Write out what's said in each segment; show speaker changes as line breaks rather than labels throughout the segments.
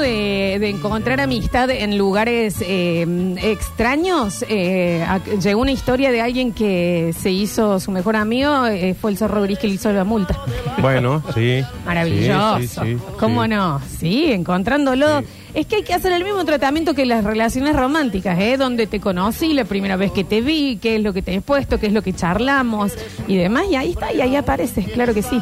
de encontrar amistad en lugares eh, extraños. eh, ac- llegó una historia de alguien que se hizo su mejor amigo, eh, fue el zorro gris que le hizo la multa.
Bueno, sí.
Maravilloso.
Sí, sí, sí,
¿Cómo
sí.
no? Sí, encontrándolo. Es que hay que hacer el mismo tratamiento que las relaciones románticas, ¿eh? Donde te conocí, la primera vez que te vi, qué es lo que te he puesto, qué es lo que charlamos y demás. Y ahí está, y ahí apareces, claro que sí.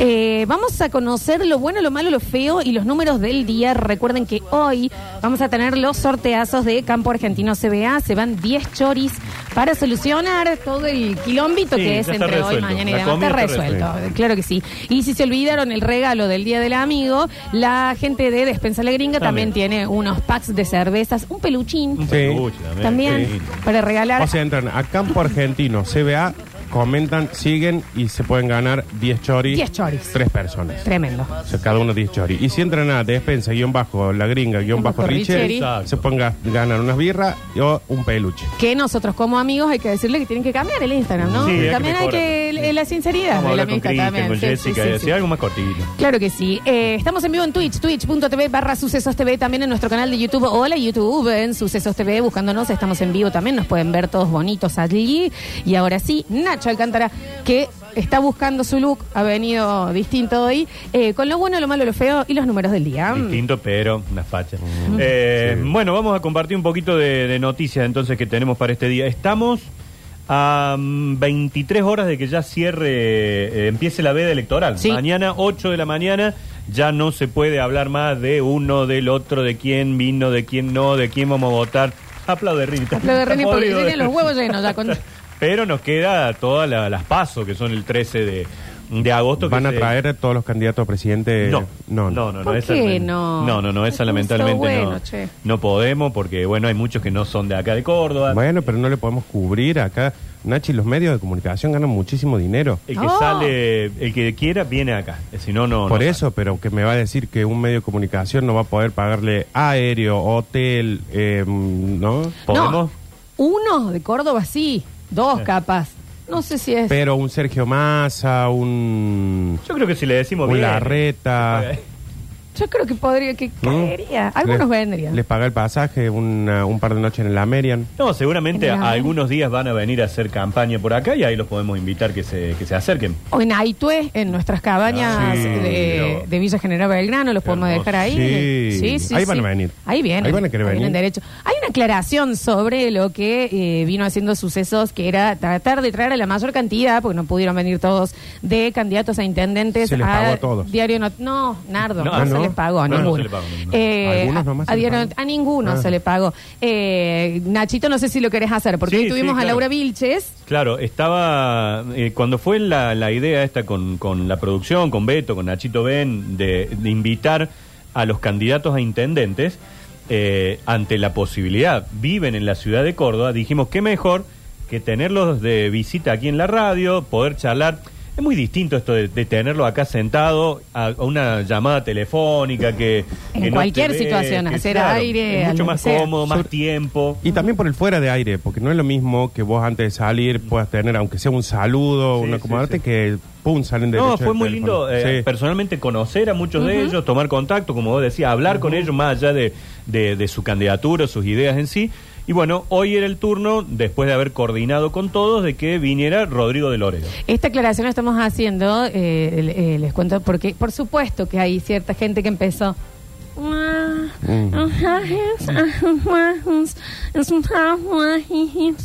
Eh, vamos a conocer lo bueno, lo malo, lo feo y los números del día. Recuerden que hoy vamos a tener los sorteazos de Campo Argentino CBA. Se van 10 choris para solucionar todo el quilombito
Sí,
que
ya
es
está
entre hoy,
resuelto.
mañana y
La
demás. Está
comida está
resuelto. Eh, Claro que sí. Y si se olvidaron el regalo del Día del Amigo, la gente de Despensa La Gringa también,
También.
tiene unos packs de cervezas, un peluchín
Un peluche también.
también
¿eh? Sí.
para regalar.
O sea, entran a Campo Argentino, CBA, comentan, siguen y se pueden ganar 10 choris.
10 choris.
Tres personas.
Tremendo.
O sea, cada uno 10 choris. Y si entran a despensa, guión bajo, la gringa, guión bajo,
Bajo Richeri.
Richeri,
Exacto.
se pueden ga- ganar unas birras y- o un peluche.
Que nosotros como amigos hay que decirle que tienen que cambiar el Instagram, ¿no?
Sí, hay que
también hay
mejorar.
que eh, la sinceridad
Vamos a
de la
hablar con
amistad
Cristian,
también.
con
Sí, sí,
Jessica
sí,
y
sí.
decir algo más cortito.
Claro que sí. Eh, estamos en vivo en Twitch, twitch.tv barra Sucesos TV, también en nuestro canal de YouTube. Hola YouTube, en Sucesos TV, buscándonos, estamos en vivo también, nos pueden ver todos bonitos allí. Y ahora sí, Nacho Alcántara, que está buscando su look, ha venido distinto hoy, eh, con lo bueno, lo malo, lo feo y los números del día. Mm.
Distinto, pero una facha. Eh, Bueno, vamos a compartir un poquito de, de noticias entonces que tenemos para este día. Estamos a mm, 23 horas de que ya cierre, eh, empiece la veda electoral.
Sí.
Mañana, 8 de la mañana, ya no se puede hablar más de uno, del otro, de quién vino, de quién no, de quién vamos a votar. Aplaude Rini.
Aplaude, Rini, porque
Está
tiene
jodido.
los huevos llenos ya con-
Pero nos queda todas la- las pasos que son el 13 de, de agosto. que
¿Van a
se-
traer a todos los candidatos a presidente?
no,
No,
no, no,
¿Por
esa
qué
lame-
no?
No, no, no, esa
Es
lamentablemente
justo bueno,
no,
che.
no podemos porque, bueno, hay muchos que no son de acá de Córdoba.
Bueno, pero no le podemos cubrir acá. Nachi, los medios de comunicación ganan muchísimo dinero.
El que
Oh.
sale, el que quiera, viene acá. Eh, Si no, no.
Por
no
eso, pero que me va a decir que un medio de comunicación no va a poder pagarle aéreo, hotel, em, ¿no?
Pues
sale. ¿Podemos?
No, uno de Córdoba sí, dos
Eh.
capaz. No sé si es...
Pero un Sergio Massa, un...
Yo creo que si le decimos
Un
bien.
Larreta.
Yo creo que podría, que
¿Mm?
¿no?
caería. Algunos
Les-
vendrían.
Les paga el pasaje, una- un par de noches en la Amerian.
No, seguramente
Mira.
algunos días van a venir a hacer campaña por acá y ahí los podemos invitar que se, que se acerquen.
O en Aitue, en nuestras cabañas
Ah, sí,
de,
pero-
de Villa General Belgrano, los podemos
hermoso.
dejar ahí.
Sí. Ahí van a venir.
Ahí vienen.
Ahí van a querer venir.
vienen derecho. Hay una aclaración sobre lo que eh, vino haciendo sucesos, que era tratar de traer a la mayor cantidad, porque no pudieron venir todos, de candidatos a intendentes.
Se les pagó a todos.
Diario Not- no, Nardo, no,
No, ah,
se
no.
les pagó a
No, no
ninguno.
se les pagó, no, no.
Eh,
Algunos
a-
nomás
a,
se les
Diario
pagó.
Not- a ninguno
Ah.
se le pagó. Eh, Nachito, no sé si lo querés hacer, porque
Sí,
hoy tuvimos a
sí, claro.
Laura Vilches.
Claro, estaba. eh, cuando fue la, la idea esta con, con la producción, con Beto, con Nachito Ben, de, de invitar a los candidatos a intendentes, eh, ante la posibilidad, viven en la ciudad de Córdoba, dijimos que mejor que tenerlos de visita aquí en la radio, poder charlar. Es muy distinto esto de, de tenerlo acá sentado a, a una llamada telefónica que.
En
que te
cualquier situación, hacer aire,
Es
a lo
mucho
que
más
sea.
cómodo, más
Sobre-
tiempo.
Y también por el fuera de aire, porque no es lo mismo que vos antes de salir puedas tener, aunque sea un saludo,
Sí,
un
sí,
acomodarte,
sí.
que pum, salen de
No, fue muy lindo eh, personalmente conocer a muchos de ellos, tomar contacto, como vos decías, hablar con ellos más allá de, de- de su candidatura, sus ideas en sí. Y bueno, hoy era el turno, después de haber coordinado con todos, de que viniera Rodrigo de Loredo.
Esta aclaración la estamos haciendo, eh, el- eh, les cuento, porque por supuesto que hay cierta gente que empezó.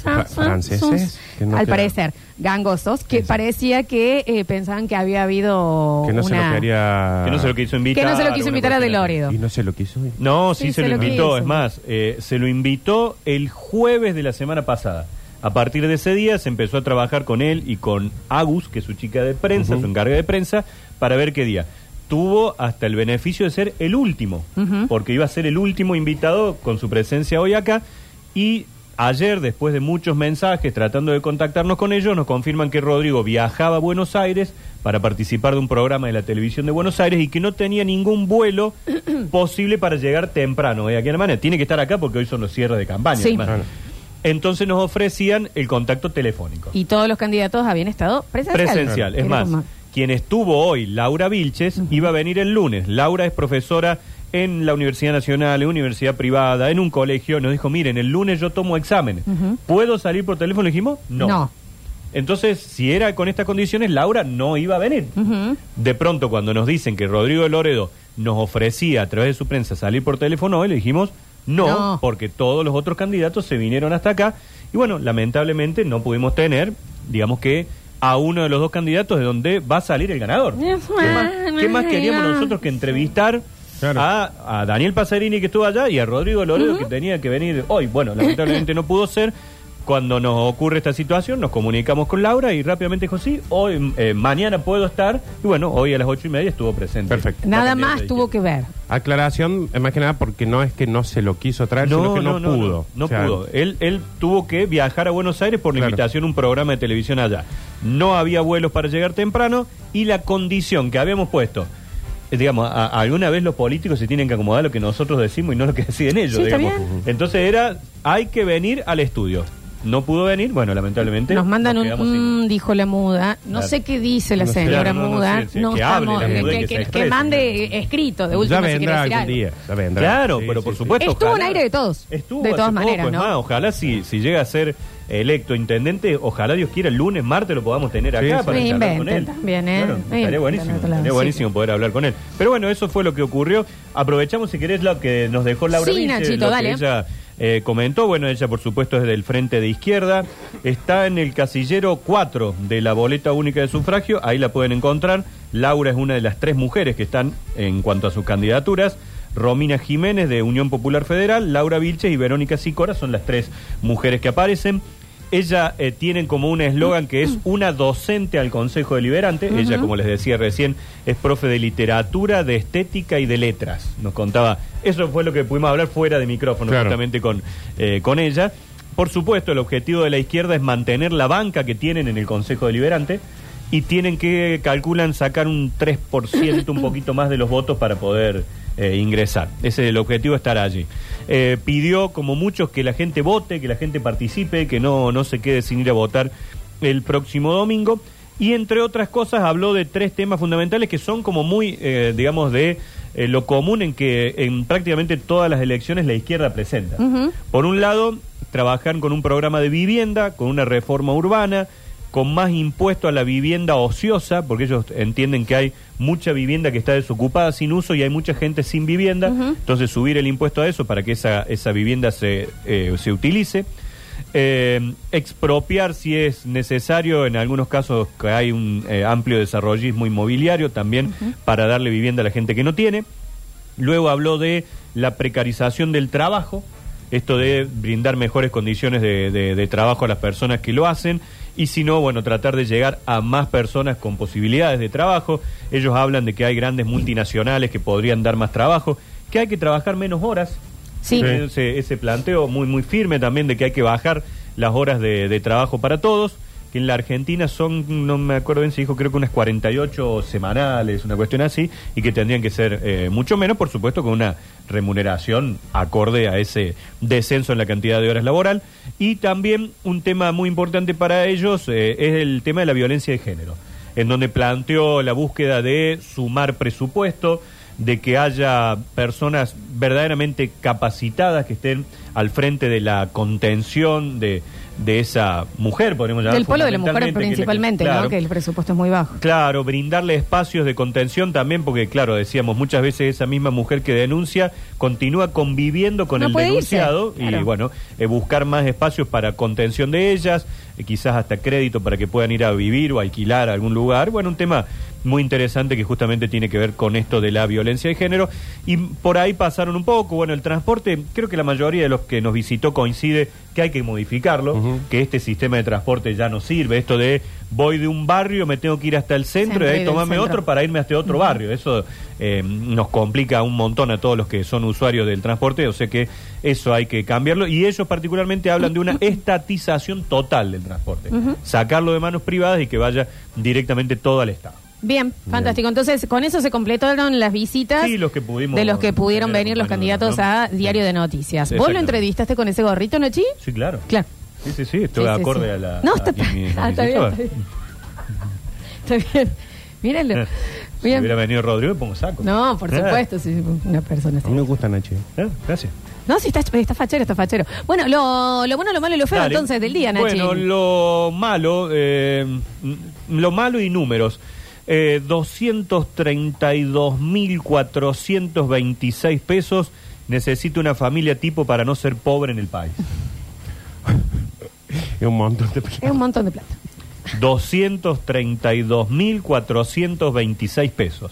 Fra- franceses, que no
Al
te-
parecer, gangosos, que parecía que eh, pensaban que había habido
Que no se
una-
lo quería...
que no se lo quiso invitar.
que no se lo quiso
alguna
invitar a
cuestión así.
Deloredo.
Y no se lo quiso.
No, sí,
Sí,
se,
se
lo
lo
invitó,
quiso.
es más, eh, se lo invitó el jueves de la semana pasada. A partir de ese día se empezó a trabajar con él y con Agus, que es su chica de prensa, su encarga de prensa, para ver qué día. Tuvo hasta el beneficio de ser el último, porque iba a ser el último invitado con su presencia hoy acá. Y ayer, después de muchos mensajes tratando de contactarnos con ellos, nos confirman que Rodrigo viajaba a Buenos Aires para participar de un programa de la televisión de Buenos Aires y que no tenía ningún vuelo posible para llegar temprano. ¿eh? Aquí en la mañana tiene que estar acá porque hoy son los cierres de campaña.
Sí.
además.
Claro.
Entonces nos ofrecían el contacto telefónico.
Y todos los candidatos habían estado presencial.
Presencial, es
Era
más.
como-
Quien estuvo hoy, Laura Vilches, iba a venir el lunes. Laura es profesora en la Universidad Nacional, en universidad privada, en un colegio, nos dijo, miren, el lunes yo tomo exámenes.
Ujú.
¿Puedo salir por teléfono? Le dijimos, no.
No.
Entonces, si era con estas condiciones, Laura no iba a venir.
Ujú.
De pronto, cuando nos dicen que Rodrigo de Loredo nos ofrecía a través de su prensa salir por teléfono, hoy le dijimos no,
No.
porque todos los otros candidatos se vinieron hasta acá. Y bueno, lamentablemente no pudimos tener, digamos que, a uno de los dos candidatos de donde va a salir el ganador. ¿Qué más, qué más queríamos nosotros que entrevistar?
Claro.
A, a Daniel Pacerini que estuvo allá y a Rodrigo de Loredo que tenía que venir hoy. Bueno, lamentablemente no pudo ser. Cuando nos ocurre esta situación, nos comunicamos con Laura y rápidamente dijo, sí, hoy, eh, mañana puedo estar. Y bueno, hoy a las ocho y media estuvo presente.
Perfecto.
Nada más tuvo que ver.
Aclaración, eh, más que nada porque no es que no se lo quiso traer, sino que no, pudo.
No,
O sea,
pudo. Él, él tuvo que viajar a Buenos Aires por la
Claro.
invitación a un programa de televisión allá. No había vuelos para llegar temprano y la condición que habíamos puesto. eh, Digamos, a- alguna vez los políticos se tienen que acomodar a lo que nosotros decimos y no lo que deciden ellos.
Sí, está
digamos.
bien.
Entonces era, hay que venir al estudio. No pudo venir, bueno, lamentablemente.
Nos mandan un
quedamos sin-
"Mm", dijo la muda. No
Claro.
sé qué dice la
No sé.
señora
Claro, no, no,
muda.
sí, sí,
No
que hable
estamos- eh,
la muda y
que, que-
que
se
que
exprese.
mande escrito, de última,
ya
si quiere
vendrá
decir
algún
algo.
día. Ya vendrá.
Claro,
Sí,
pero
sí,
por
sí.
supuesto.
Estuvo
ojalá-
en aire de todos,
Estuvo
de
hace
todas maneras,
poco, es
¿no?
más, ojalá si, si llega a ser electo intendente, ojalá Dios quiera, el lunes, martes lo podamos tener
Sí,
acá
sí.
para
Me
charlar con
inventen
él.
también, ¿eh?
Claro,
Me
estaría
inventan
buenísimo,
otro lado,
estaría
sí.
buenísimo poder hablar con él. Pero bueno, eso fue lo que ocurrió. Aprovechamos, si querés, lo que nos dejó Laura
Sí,
Vince,
Nachito,
lo que
dale.
ella eh, comentó. Bueno, ella, por supuesto, es del Frente de Izquierda. Está en el casillero 4 de la boleta única de sufragio. Ahí la pueden encontrar. Laura es una de las tres mujeres que están en cuanto a sus candidaturas. Romina Jiménez de Unión Popular Federal, Laura Vilches y Verónica Sicora son las tres mujeres que aparecen. Ella eh, tienen como un eslogan que es una docente al Consejo Deliberante. Ella, como les decía recién, es profe de literatura, de estética y de letras. Nos contaba, eso fue lo que pudimos hablar fuera de micrófono,
Claro.
justamente con, eh, con ella. Por supuesto, el objetivo de la izquierda es mantener la banca que tienen en el Consejo Deliberante y tienen que, calculan, sacar un 3%, un poquito más de los votos para poder eh, ingresar. Ese es el objetivo, estar allí. Eh, pidió, como muchos, que la gente vote, que la gente participe, que no, no se quede sin ir a votar el próximo domingo. Y entre otras cosas habló de tres temas fundamentales que son como muy, eh, digamos, de eh, lo común en que en prácticamente todas las elecciones la izquierda presenta.
Ujú.
Por un lado, trabajan con un programa de vivienda, con una reforma urbana, con más impuesto a la vivienda ociosa, porque ellos entienden que hay mucha vivienda que está desocupada, sin uso, y hay mucha gente sin vivienda. Entonces, subir el impuesto a eso para que esa, esa vivienda se, eh, se utilice. Eh, expropiar si es necesario, en algunos casos que hay un eh, amplio desarrollismo inmobiliario también para darle vivienda a la gente que no tiene. Luego habló de la precarización del trabajo, esto de brindar mejores condiciones de, de- de trabajo a las personas que lo hacen y si no, bueno, tratar de llegar a más personas con posibilidades de trabajo. Ellos hablan de que hay grandes multinacionales que podrían dar más trabajo, que hay que trabajar menos horas.
Sí.
Eh, ese, ese planteo muy muy firme también de que hay que bajar las horas de, de trabajo para todos, que en la Argentina son, no me acuerdo bien si dijo, creo que unas 48 semanales, una cuestión así, y que tendrían que ser eh, mucho menos, por supuesto, con una remuneración acorde a ese descenso en la cantidad de horas laboral. Y también un tema muy importante para ellos eh, es el tema de la violencia de género en donde planteó la búsqueda de sumar presupuesto, de que haya personas verdaderamente capacitadas que estén al frente de la contención de, de esa mujer, podríamos llamar.
Del pueblo de la mujer
fundamentalmente, que-
principalmente, ¿no?
claro.
Que el presupuesto es muy bajo.
Claro, brindarle espacios de contención también, porque claro, decíamos, muchas veces esa misma mujer que denuncia continúa conviviendo con
No
el
puede irse,
denunciado y
claro.
bueno, eh, buscar más espacios para contención de ellas, eh, quizás hasta crédito para que puedan ir a vivir o alquilar a algún lugar. Bueno, un tema muy interesante que justamente tiene que ver con esto de la violencia de género. Y por ahí pasaron un poco, bueno, el transporte, creo que la mayoría de los que nos visitó coincide que hay que modificarlo,
Ujú.
que este sistema de transporte ya no sirve, esto de voy de un barrio, me tengo que ir hasta el centro
Centro
y
y
de ahí
del
tomarme
centro.
otro para irme hasta otro barrio. Eso eh, nos complica un montón a todos los que son usuarios del transporte, o sea que eso hay que cambiarlo. Y ellos particularmente hablan de una estatización total del transporte, sacarlo de manos privadas y que vaya directamente todo al Estado.
Bien, fantástico. Entonces, con eso se completaron las visitas
Sí, los que pudimos
de los que pudieron
tener
venir los
acompañándonos,
candidatos a
¿no?
Diario de Noticias. ¿Vos lo
Exacto.
entrevistaste con ese gorrito, Nochi?
Sí, claro.
Claro.
Sí, sí, sí, estoy
Sí, sí,
acorde
sí.
a la...
No,
a
está,
mi- mi-
ah, está bien,
mi-
está bien. Está bien. Míralo.
Si
Bien.
hubiera venido Rodrigo, le pongo saco.
No, por
Eh,
supuesto, sí, una persona
A
así.
mí me gusta Nachi.
eh, gracias.
No, sí, está, está fachero, está fachero. Bueno, lo, lo bueno, lo malo y lo feo
Dale.
entonces del día, Nachi.
Bueno, lo malo, eh, m- lo malo y números. Eh, 232.426 pesos necesita una familia tipo para no ser pobre en el país.
Es un montón de
Es un montón de plata.
232.426 pesos.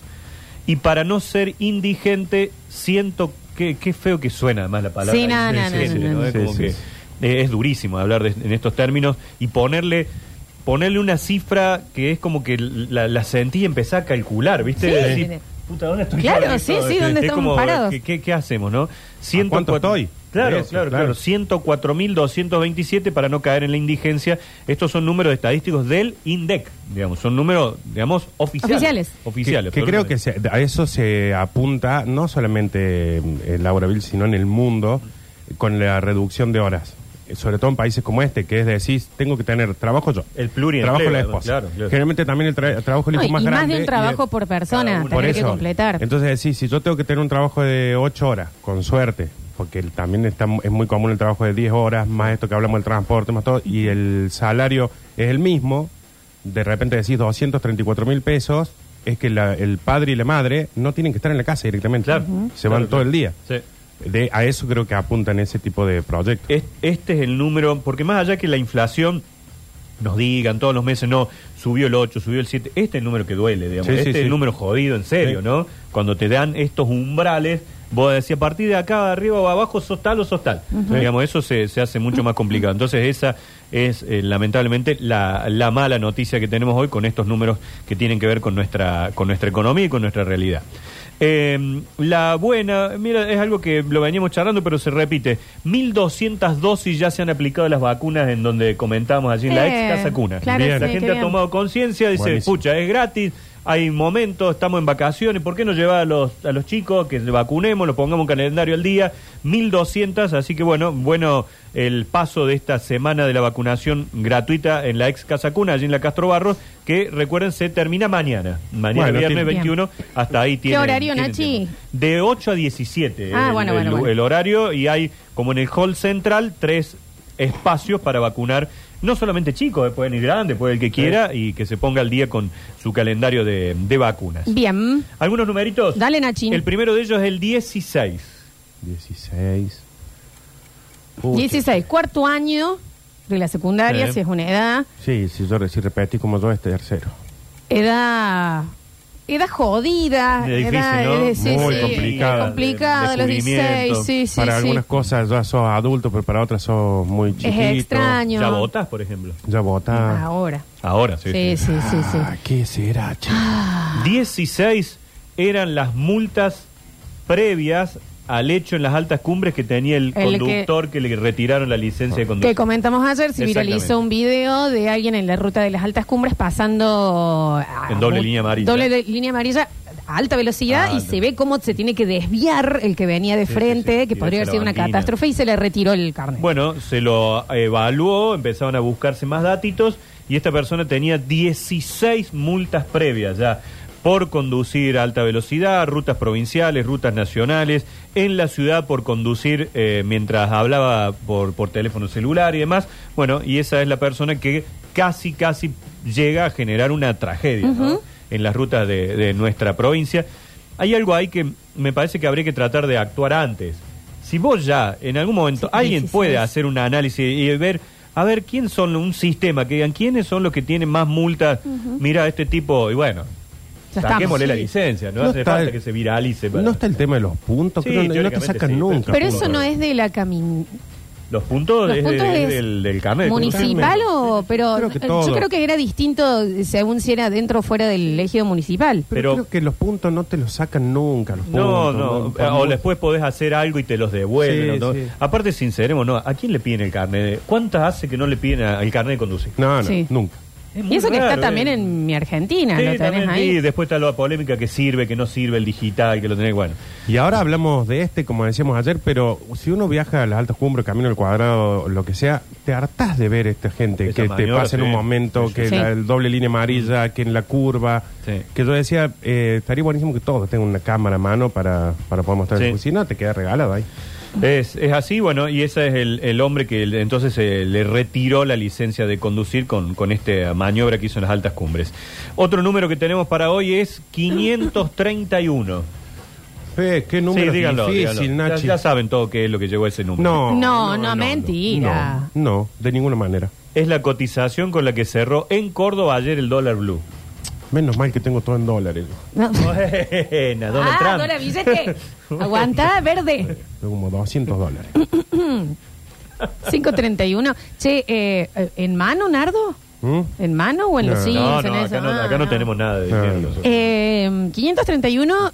Y para no ser indigente, siento que qué feo que suena además la palabra.
Sí, no, no, no,
indigente,
no, no,
Es
no.
como
Sí,
que,
sí,
eh, es durísimo hablar de- en estos términos y ponerle ponerle una cifra que es como que la, la sentí y empecé a calcular, ¿viste?
Sí.
Decir, Puta, ¿dónde estoy
Claro,
parado?
sí, sí, ¿dónde
Es
estamos
como,
parados?
¿qué, qué, qué hacemos, no?
cuánto
104
estoy?
Claro,
Eso,
claro, claro.
claro.
104.227 para no caer en la indigencia. Estos son números estadísticos del INDEC, digamos, son números, digamos, oficiales.
Oficiales.
Oficiales.
Que, que creo que se- a eso se apunta no solamente eh, Laura Bill, sino en el mundo, con la reducción de horas. Eh, Sobre todo en países como este, que es decir, tengo que tener trabajo yo.
El pluriempleo,
Trabajo la esposa.
claro, claro.
Generalmente también el tra- trabajo del
No,
hijo
y
más
más,
grande.
de un
y
trabajo
el-
por persona,
uno.
tener
Por
que
eso.
completar.
Entonces decís, si yo tengo que tener un trabajo de 8 horas, con suerte, porque el- también está, es muy común el trabajo de 10 horas, más esto que hablamos del transporte, más todo, y el salario es el mismo, de repente decís 234 mil pesos, es que la- el padre y la madre no tienen que estar en la casa directamente.
Claro.
Se van
Claro,
todo
claro.
el día.
Sí.
De, a eso creo que apuntan ese tipo de proyectos.
Es- Este es el número, porque más allá que la inflación nos digan todos los meses, no, subió el 8, subió el 7, este es el número que duele, digamos,
Sí, sí,
este es el
sí.
número jodido, en serio,
Sí.
¿no? Cuando te dan estos umbrales, vos decís, a partir de acá, arriba o abajo, sos tal o sos tal. Digamos, eso se, se hace mucho más complicado. Entonces esa es, eh, lamentablemente, la, la mala noticia que tenemos hoy con estos números que tienen que ver con nuestra, con nuestra economía y con nuestra realidad. Eh, la buena, mira, es algo que lo veníamos charlando, pero se repite. 1.200 dosis ya se han aplicado las vacunas en donde comentábamos allí en la
Eh,
ex Casa Cuna.
claro,
Bien. sí,
La
qué
gente ha
bien.
tomado conciencia, dice,
Buenísimo.
pucha, es gratis, hay momentos, estamos en vacaciones, ¿por qué no llevar a los, a los chicos que se vacunemos, lo pongamos en calendario al día? 1.200, así que bueno, bueno el paso de esta semana de la vacunación gratuita en la ex Casa Cuna, allí en la Castro Barros, que recuerden, se termina mañana, mañana
Bueno,
viernes
tiene-
21, hasta ahí tienen-
horario,
tienen
Nachi?
tiempo. De 8 a 17
Ah,
el,
bueno,
el-
bueno, bueno.
el horario y hay, como en el hall central, tres espacios para vacunar, no solamente chicos, eh, pueden ir grandes, puede el que quiera y que se ponga al día con su calendario de, de vacunas.
Bien.
Algunos numeritos.
Dale, Nachi.
El primero de ellos es el 16.
16. Pucha.
16, cuarto año de la secundaria,
Sí.
si es una edad.
Sí, si yo si repetís como yo, es tercero.
Edad. Edad jodida.
Es difícil,
edad,
¿no?
eh, sí,
Muy
sí,
complicada,
es complicada,
de-
los 16,
descubrimiento.
sí, sí.
para
sí.
algunas cosas ya sos adulto, pero para otras sos muy chiquito.
extraño. Año.
¿Ya votas, por ejemplo?
Ya vota.
Ahora.
Ahora, sí.
Ah, Sí, sí, sí, sí. Ah.
Ah, ¿Qué será, che?
16 eran las multas previas al hecho en las altas cumbres que tenía el,
El que-
conductor que... le retiraron la licencia de
Que
conducir.
comentamos ayer, se viralizó
Exactamente.
un video de alguien en la ruta de las altas cumbres pasando... a-
En doble línea amarilla.
Doble de- línea amarilla a alta velocidad
Ah,
y
alta.
se ve cómo se tiene que desviar el que venía de
Sí, sí,
frente,
sí.
que
Tirarse
podría haber
la
sido una
bandina.
catástrofe, y se le retiró el carnet.
Bueno, se lo eh, evaluó, empezaron a buscarse más datitos y esta persona tenía 16 multas previas ya por conducir a alta velocidad, rutas provinciales, rutas nacionales, en la ciudad por conducir eh, mientras hablaba por, por teléfono celular y demás. Bueno, y esa es la persona que casi, casi llega a generar una tragedia ¿no? en las rutas de, de nuestra provincia. Hay algo ahí que me parece que habría que tratar de actuar antes. Si vos ya, en algún momento,
Sí,
alguien
16.
puede hacer un análisis y ver, a ver, ¿quién son un sistema? Que digan, ¿quiénes son los que tienen más multas? Mira, este tipo, y bueno,
Ya estamos.
saquémosle la
Sí.
licencia, no,
No
hace
está
falta
el-
que se viralice. para-
No está el tema de los puntos,
Sí,
creo, no- no te
teóricamente
sacan
sí, pero-
nunca.
Pero
puntos,
eso no
¿verdad?
es de la camin...
Los puntos,
Los
es
puntos
de-
es
del, del carnet de conducir.
municipal o pero
Creo que
eh, yo
todo.
creo que era distinto eh, según si era dentro o fuera del ejido municipal.
Pero,
Pero-
creo que los puntos no te los sacan nunca. Los
No,
puntos,
no, eh,
por
o
mucho.
después podés hacer algo y te los devuelven.
Sí,
¿no?
sí.
Aparte, sinceremos, ¿no? ¿a quién le piden el carnet? de- ¿Cuántas hace que no le piden a- el carnet de conducir?
No, no,
Sí.
nunca.
Y eso que está también en mi Argentina, lo
¿eh? Sí,
tenés
también,
ahí.
sí, después está la polémica que sirve, que no sirve, el digital, que lo tenés, bueno.
Y ahora hablamos de este, como decíamos ayer, pero si uno viaja a las altas cumbres, camino al cuadrado, lo que sea, te hartás de ver esta gente
Esa
que te
maniobra,
pasa en un
sí.
momento,
Sí, Mm.
que
sí.
la- el doble línea amarilla, que en la curva.
Sí.
Que yo decía, eh, estaría buenísimo que todos tengan una cámara a mano para, para poder mostrar.
Sí.
Porque Si no, te queda regalado ahí.
Es, es así, bueno, y ese es el, el hombre que el- entonces eh, le retiró la licencia de conducir con, con esta maniobra que hizo en las altas cumbres. Otro número que tenemos para hoy es 531.
Eh, qué número
sí, díganlo,
difícil,
díganlo. Ya,
Nachi.
ya saben todo qué es lo que llegó a ese número.
No,
No, no, mentira.
No, no, de ninguna manera.
Es la cotización con la que cerró en Córdoba ayer el dólar blue.
Menos mal que tengo todo en dólares.
No.
Buena, Donald
ah,
Trump.
dólar billete. Aguanta, verde.
Tengo como 200 dólares.
5.31. Che, eh, eh, ¿en mano, Nardo?
¿Mm?
¿En mano o en los
No.
sillos?
no,
en
no,
eso?
acá, no,
Ah,
acá no tenemos nada de
No,
dinero.
no.
Eh, 531.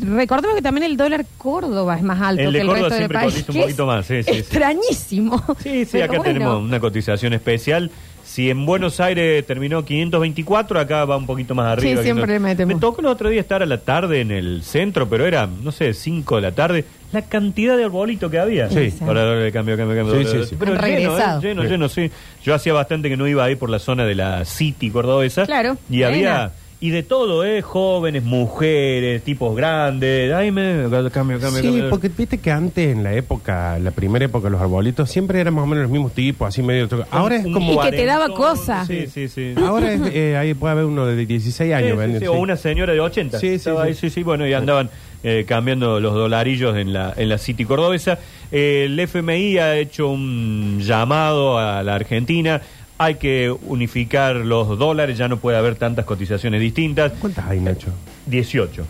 Recordemos que también el dólar Córdoba es más alto
El de
que el
Córdoba
resto del
siempre
país.
cotiza un
que es
poquito más, sí, sí, sí.
Extrañísimo.
Sí, sí,
Pero
acá
bueno.
tenemos una cotización especial. Si en Buenos Aires terminó 524, acá va un poquito más arriba.
Sí, siempre
500.
le metemos.
Me tocó el otro día estar a la tarde en el centro, pero era, no sé, 5 de la tarde. La cantidad de arbolito que había.
Sí.
Ahora, ahora, cambio, cambio, cambio.
Sí,
ahora,
sí,
ahora.
sí.
Pero
Han
lleno,
regresado.
eh, lleno,
Sí.
lleno, sí. Yo hacía bastante que no iba ahí por la zona de la City cordobesa.
Claro,
Y
plena.
había... Y de todo, ¿eh? Jóvenes, mujeres, tipos grandes. Ay, me... Cambio, cambio,
sí,
cambio.
porque viste que antes, en la época, la primera época, los arbolitos siempre eran más o menos los mismos tipos, así medio. tro- Ahora es
Un
como.
Y que te daba
cuarentón.
cosa. Ah,
Sí, sí, sí.
Ahora es, eh, ahí puede haber uno de 16 años.
Sí, sí,
vendiendo,
sí,
sí.
O una señora de 80.
Sí, sí,
Estaba
sí.
ahí, sí, sí, bueno, y andaban eh, cambiando los dolarillos en la, en la City Cordobesa. Eh, el FMI ha hecho un llamado a la Argentina. Hay que unificar los dólares, ya no puede haber tantas cotizaciones distintas.
¿Cuántas hay, Nacho?
18.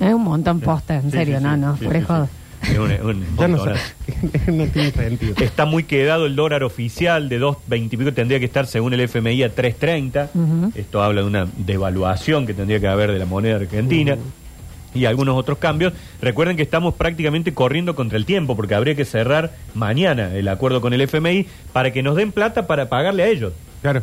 Es un montón posta, en
Sí,
serio,
sí,
no,
sí,
no,
sí,
por
sí,
el jodo.
sí. Es un- es un
Ya no
montonazo.
sé. no tiene sentido.
Está muy quedado el dólar oficial de 2.20 y pico, tendría que estar según el FMI a 3.30. Esto habla de una devaluación que tendría que haber de la moneda argentina y algunos otros cambios. Recuerden que estamos prácticamente corriendo contra el tiempo porque habría que cerrar mañana el acuerdo con el FMI para que nos den plata para pagarle a ellos.
Claro.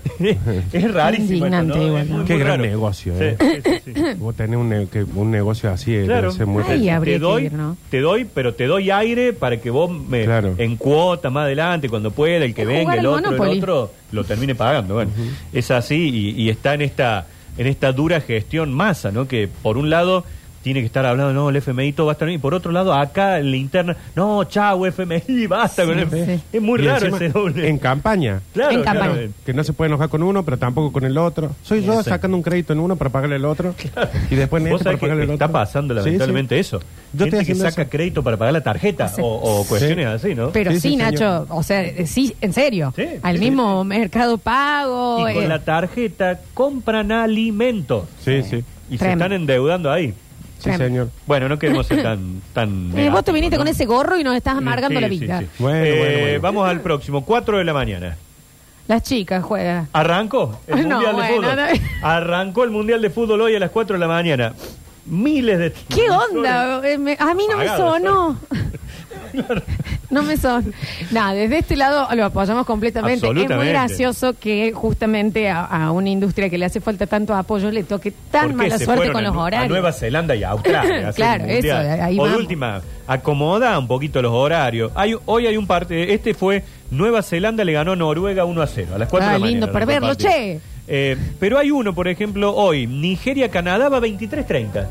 es rarísimo. esto,
Indignante
¿no? Es
igual,
muy,
¿no?
Qué
muy
gran
raro.
negocio,
Sí,
¿eh?
sí, sí, sí.
Vos tenés un, ne- que- un negocio así, debe
Claro.
ser muy
Ay,
raro.
habría
te
que
doy,
ir, ¿no?
te doy, pero te doy aire para que vos me
Claro.
en cuota más adelante, cuando pueda, el que
Es
venga,
jugar al
el otro,
Monopoly.
el otro, lo termine pagando. Bueno, es así y, y está en esta, en esta dura gestión masa, ¿no? Que por un lado tiene que estar hablando, no, el FMI todo va a estar bien, y por otro lado, acá en la interna, no, chau, FMI, basta con el
sí.
Es muy
Y
raro
encima,
ese doble.
En campaña.
claro,
En campaña.
claro.
Que no se puede enojar con uno, pero tampoco con el otro. Soy yo
Exacto.
sacando un crédito en uno para pagarle al otro. Y después en
Vos
este para
sabés que
pagarle al otro.
está pasando
Sí, sí.
lamentablemente ¿eh? eso.
Yo
Gente
estoy
que
haciendo
saca
eso.
crédito para pagar la tarjeta
Sí.
o, o
Sí.
cuestiones así, ¿no?
Pero sí,
Sí, sí, señor.
Nacho, o sea, eh, sí, en serio.
Sí,
al
sí,
mismo mercado pago.
y con
eh,
la tarjeta compran alimentos.
Sí, sí.
Y se
Tremendo.
están endeudando ahí.
Sí,
Tremendo.
señor.
Bueno, no queremos ser tan... tan
eh, vos te
negativos,
viniste
¿no?
con ese gorro y nos estás amargando
Sí,
la
sí,
vida.
sí.
Bueno,
Eh,
bueno, bueno.
Vamos al próximo, 4 de la mañana.
Las chicas juegan.
¿Arrancó? El
No,
Mundial de
bueno,
Fútbol. Arrancó el Mundial de Fútbol hoy a las 4 de la mañana. Miles de...
¿Qué onda? Eh, me- a mí no me
Pagado,
sonó. No me son. Nada, desde este lado lo apoyamos completamente. Es muy
Absolutamente.
gracioso que justamente a, a una industria que le hace falta tanto apoyo le toque tan
¿Por qué
mala
se
suerte
fueron
con
a
los
Nu- A
horarios.
Nueva Zelanda y a Australia. a hacer
Claro,
el mundial.
eso, ahí
O de
vamos.
última, acomoda un poquito los horarios. Hay, hoy hay un parte, este fue Nueva Zelanda le ganó a Noruega 1 a 0, a las 4
Ah,
de la mañana.
lindo, para
fue el
verlo,
partido.
che.
Eh, pero hay uno, por ejemplo, hoy, Nigeria-Canadá va 23-30.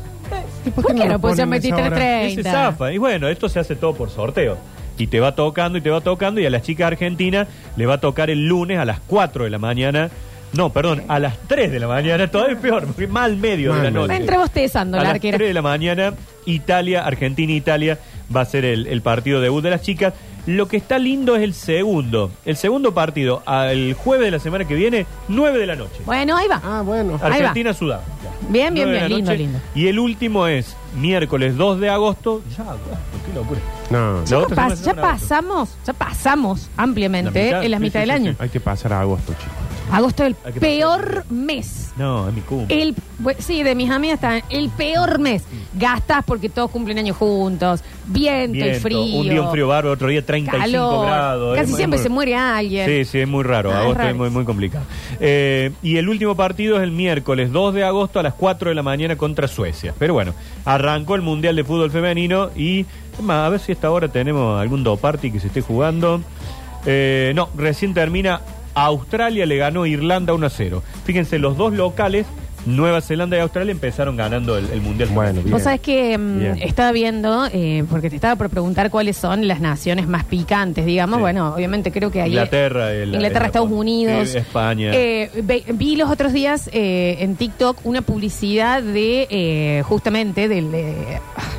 ¿Y
¿Por qué no
lo
puede ser
ponen a esa hora?
23.30?
Ese zafa. Y bueno, esto se hace todo por sorteo. Y te va tocando y te va tocando. Y a las chicas argentinas le va a tocar el lunes a las 4 de la mañana. No, perdón, a las 3 de la mañana. Todavía es peor, porque mal medio de
Mal
la
medio.
noche.
Va entre bostezando
A
la
las
arquera.
3 de la mañana, Italia, Argentina, Italia, va a ser el, el partido debut de las chicas. Lo que está lindo es el segundo. El segundo partido, al jueves de la semana que viene, 9 de la noche.
Bueno, ahí va.
Ah, bueno.
Ahí va.
Argentina, Sudáfrica.
Bien, bien,
Nueve de
bien.
la
Lindo,
noche.
lindo.
Y el último es miércoles 2 de agosto. Ya, agosto, qué locura.
No,
Ya,
La otra
pas-
semana
ya
semana,
pasamos, ya pasamos ampliamente
La mitad,
en la
sí,
mitad
sí,
del
sí.
año.
hay que pasar a agosto, chicos.
Agosto es
Hay
el
que
peor mes.
No, es mi cumple.
El, bu- sí, de mis amigas están. El peor mes.
Mm.
Gastas porque todos cumplen años juntos. Viento, y
Viento,
frío.
Un día un frío bárbaro, otro día 35
calor.
grados.
Casi
Es- es
siempre
muy-
se muere alguien.
Sí, sí, es muy raro.
Ah, es
agosto es,
raro.
muy, muy complicado. Eh, y el último partido es el miércoles 2 de agosto a las 4 de la mañana contra Suecia. Pero bueno, arrancó el Mundial de Fútbol Femenino y es más, a ver si hasta ahora tenemos algún do party que se esté jugando. Eh, no, recién termina. Australia le ganó a Irlanda 1 a 0. Fíjense, los dos locales, Nueva Zelanda y Australia, empezaron ganando el, el Mundial.
Bueno,
Vos
Bien,
sabés que mm,
bien.
estaba viendo, eh, porque te estaba por preguntar cuáles son las naciones más picantes, digamos.
Sí.
Bueno, obviamente creo que ahí.
Inglaterra, el-
Inglaterra,
el-
Estados
Japón.
Unidos.
Eh, España.
Eh, ve- vi los otros días eh, en TikTok una publicidad de, eh, justamente, del, eh,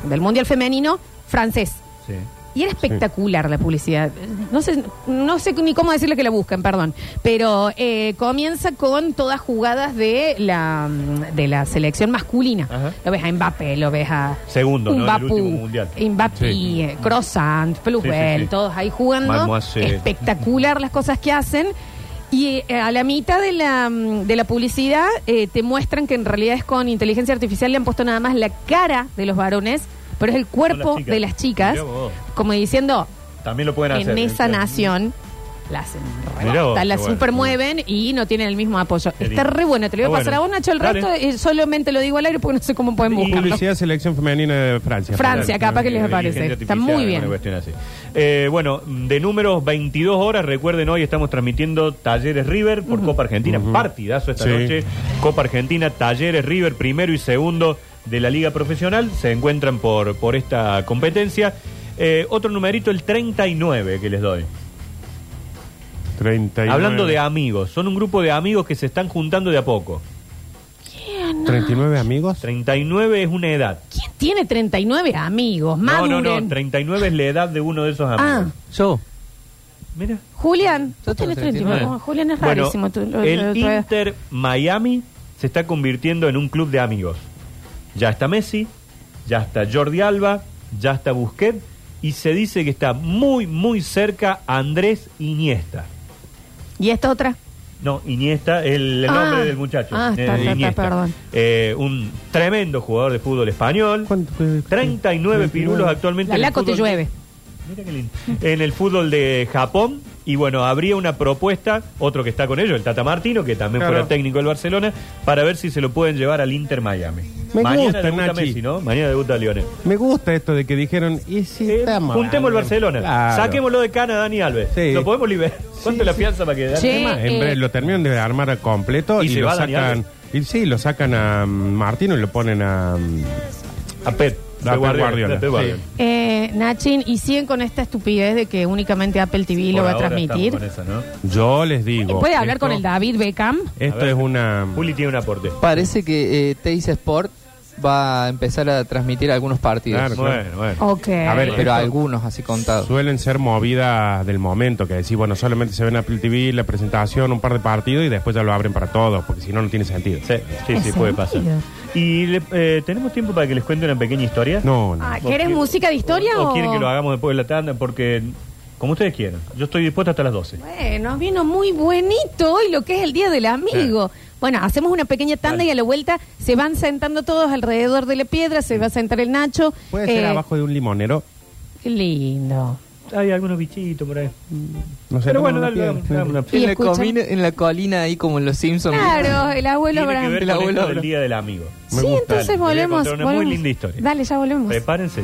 del Mundial Femenino francés.
Sí.
Y era espectacular la publicidad. No sé, no sé ni cómo decirle que la busquen, perdón. Pero eh, comienza con todas jugadas de la, mm, de la selección masculina.
Ajá.
Lo ves a Mbappé, lo ves a.
Segundo, ¿no?
Mbappé,
Del último mundial.
Mbappé,
Sí.
eh, Croissant, Plusbel,
Sí, sí, sí.
todos ahí jugando.
Mademoiselle.
Espectacular las cosas que hacen. Y eh, a la mitad de la, mm, de la publicidad eh, te muestran que en realidad es con inteligencia artificial, le han puesto nada más la cara de los varones, pero es el cuerpo
chicas.
de las chicas,
Mirá vos.
como diciendo,
También lo pueden hacer. eh,
en esa
¿viste?
nación las
Mirá vos,
rebota,
qué
las
bueno.
supermueven y no tienen el mismo apoyo.
Qué
Está
lindo.
re bueno, te lo voy a
Está
pasar a vos,
bueno.
Nacho, el
Dale.
resto eh, solamente lo digo al aire porque no sé cómo pueden
Y-
buscarlo.
Publicidad selección femenina de Francia.
Francia,
Por ejemplo.
capaz que les aparece.
eh, Inteligencia
Está
artificial,
muy bien.
alguna cuestión así. Eh, bueno, de números 22 horas, recuerden hoy estamos transmitiendo Talleres River por Copa Argentina, partidazo esta
Sí.
noche. Copa Argentina, Talleres River primero y segundo de la Liga Profesional, se encuentran por, por esta competencia. Eh, otro numerito, el 39 que les doy.
39.
Hablando de amigos, son un grupo de amigos que se están juntando de a poco.
39 amigos.
39 es una edad.
¿Quién tiene 39 amigos? Maduren.
No, no, no, 39 es la edad de uno de esos amigos.
Ah,
Yo.
Mira.
Julián,
Yo
tú tienes
tengo
39.
No,
Julián es
Bueno,
rarísimo. tú- lo- lo-
el
tu edad.
Inter Miami se está convirtiendo en un club de amigos. Ya está Messi, ya está Jordi Alba, ya está Busquets y se dice que está muy, muy cerca Andrés Iniesta.
¿Y esta otra?
No, Iniesta, el, el
Ah.
nombre del muchacho.
Ah, está, está, está,
Iniesta.
perdón.
Eh, un tremendo jugador de fútbol español.
¿Cuánto fue?
39 pirulos actualmente.
La
en el
Laco te
fútbol-
llueve.
Mira qué lindo. En el fútbol de Japón. Y bueno, habría una propuesta, otro que está con ellos, el Tata Martino, que también
Claro.
fuera técnico del Barcelona, para ver si se lo pueden llevar al Inter Miami.
Me
Mañana
gusta,
debuta
Nachi.
Messi, ¿no? Mañana debuta Lionel.
Me gusta esto de que dijeron. Y si
Eh,
está mal?
juntemos el Barcelona.
Claro.
Saquémoslo de Cana, Dani Alves.
Sí.
Lo podemos liberar. ¿Cuánto
Sí,
la
sí.
fianza para quedar?
Sí.
Además,
Eh,
Ah, en breve lo terminan de armar al completo
¿Y
y,
se
lo
va Dani
sacan.
Alves?
Y sí, lo sacan a mm, Martino y lo ponen a. mm,
A Pep.
A Pep Guardiola,
a Pep Guardiola.
sí.
Eh, Nachin, y siguen con esta estupidez de que únicamente Apple TV lo
Por
va a
ahora
transmitir.
estamos con esa, ¿no?
Yo les digo.
¿Puede hablar
esto-
con el David Beckham?
A
Esto
ver.
es una.
Juli tiene un aporte.
Parece que eh, Teis Sport va a empezar a transmitir algunos partidos.
Claro,
Bueno, bueno.
Ok.
A ver,
Pero
esto-
algunos así contados.
Suelen ser movidas del momento, que decís, bueno, solamente se ven Apple TV, la presentación, un par de partidos y después ya lo abren para todos, porque si no, no tiene sentido.
Sí, sí, sí,
¿En
puede
serio?
pasar. ¿Y le- eh, tenemos tiempo para que les cuente una pequeña historia?
No, no.
Ah, ¿Querés música de historia o.?
o quieren que lo hagamos después de la tanda? Porque, como ustedes quieran, yo estoy dispuesto hasta las 12.
Bueno, vino muy buenito hoy lo que es el Día del Amigo. Bueno, hacemos una pequeña tanda y a la vuelta se van sentando todos alrededor de la piedra, se va a sentar el Nacho.
¿Puede ser
Eh,
abajo de un limonero?
Qué lindo.
Hay algunos bichitos por ahí.
No sé,
Pero
no,
bueno,
no
dale,
pienso.
dame- dame una-
Y
En la,
escucha.
comina- en la colina ahí como en los Simpsons.
Claro, el abuelo
Tiene que
Abraham.
ver
El
con
abuelo
esto del
Abraham.
Día del Amigo.
Sí, entonces
Dale, les voy a
volvemos.
contar una muy
volvemos.
linda historia.
Dale, ya volvemos.
Prepárense.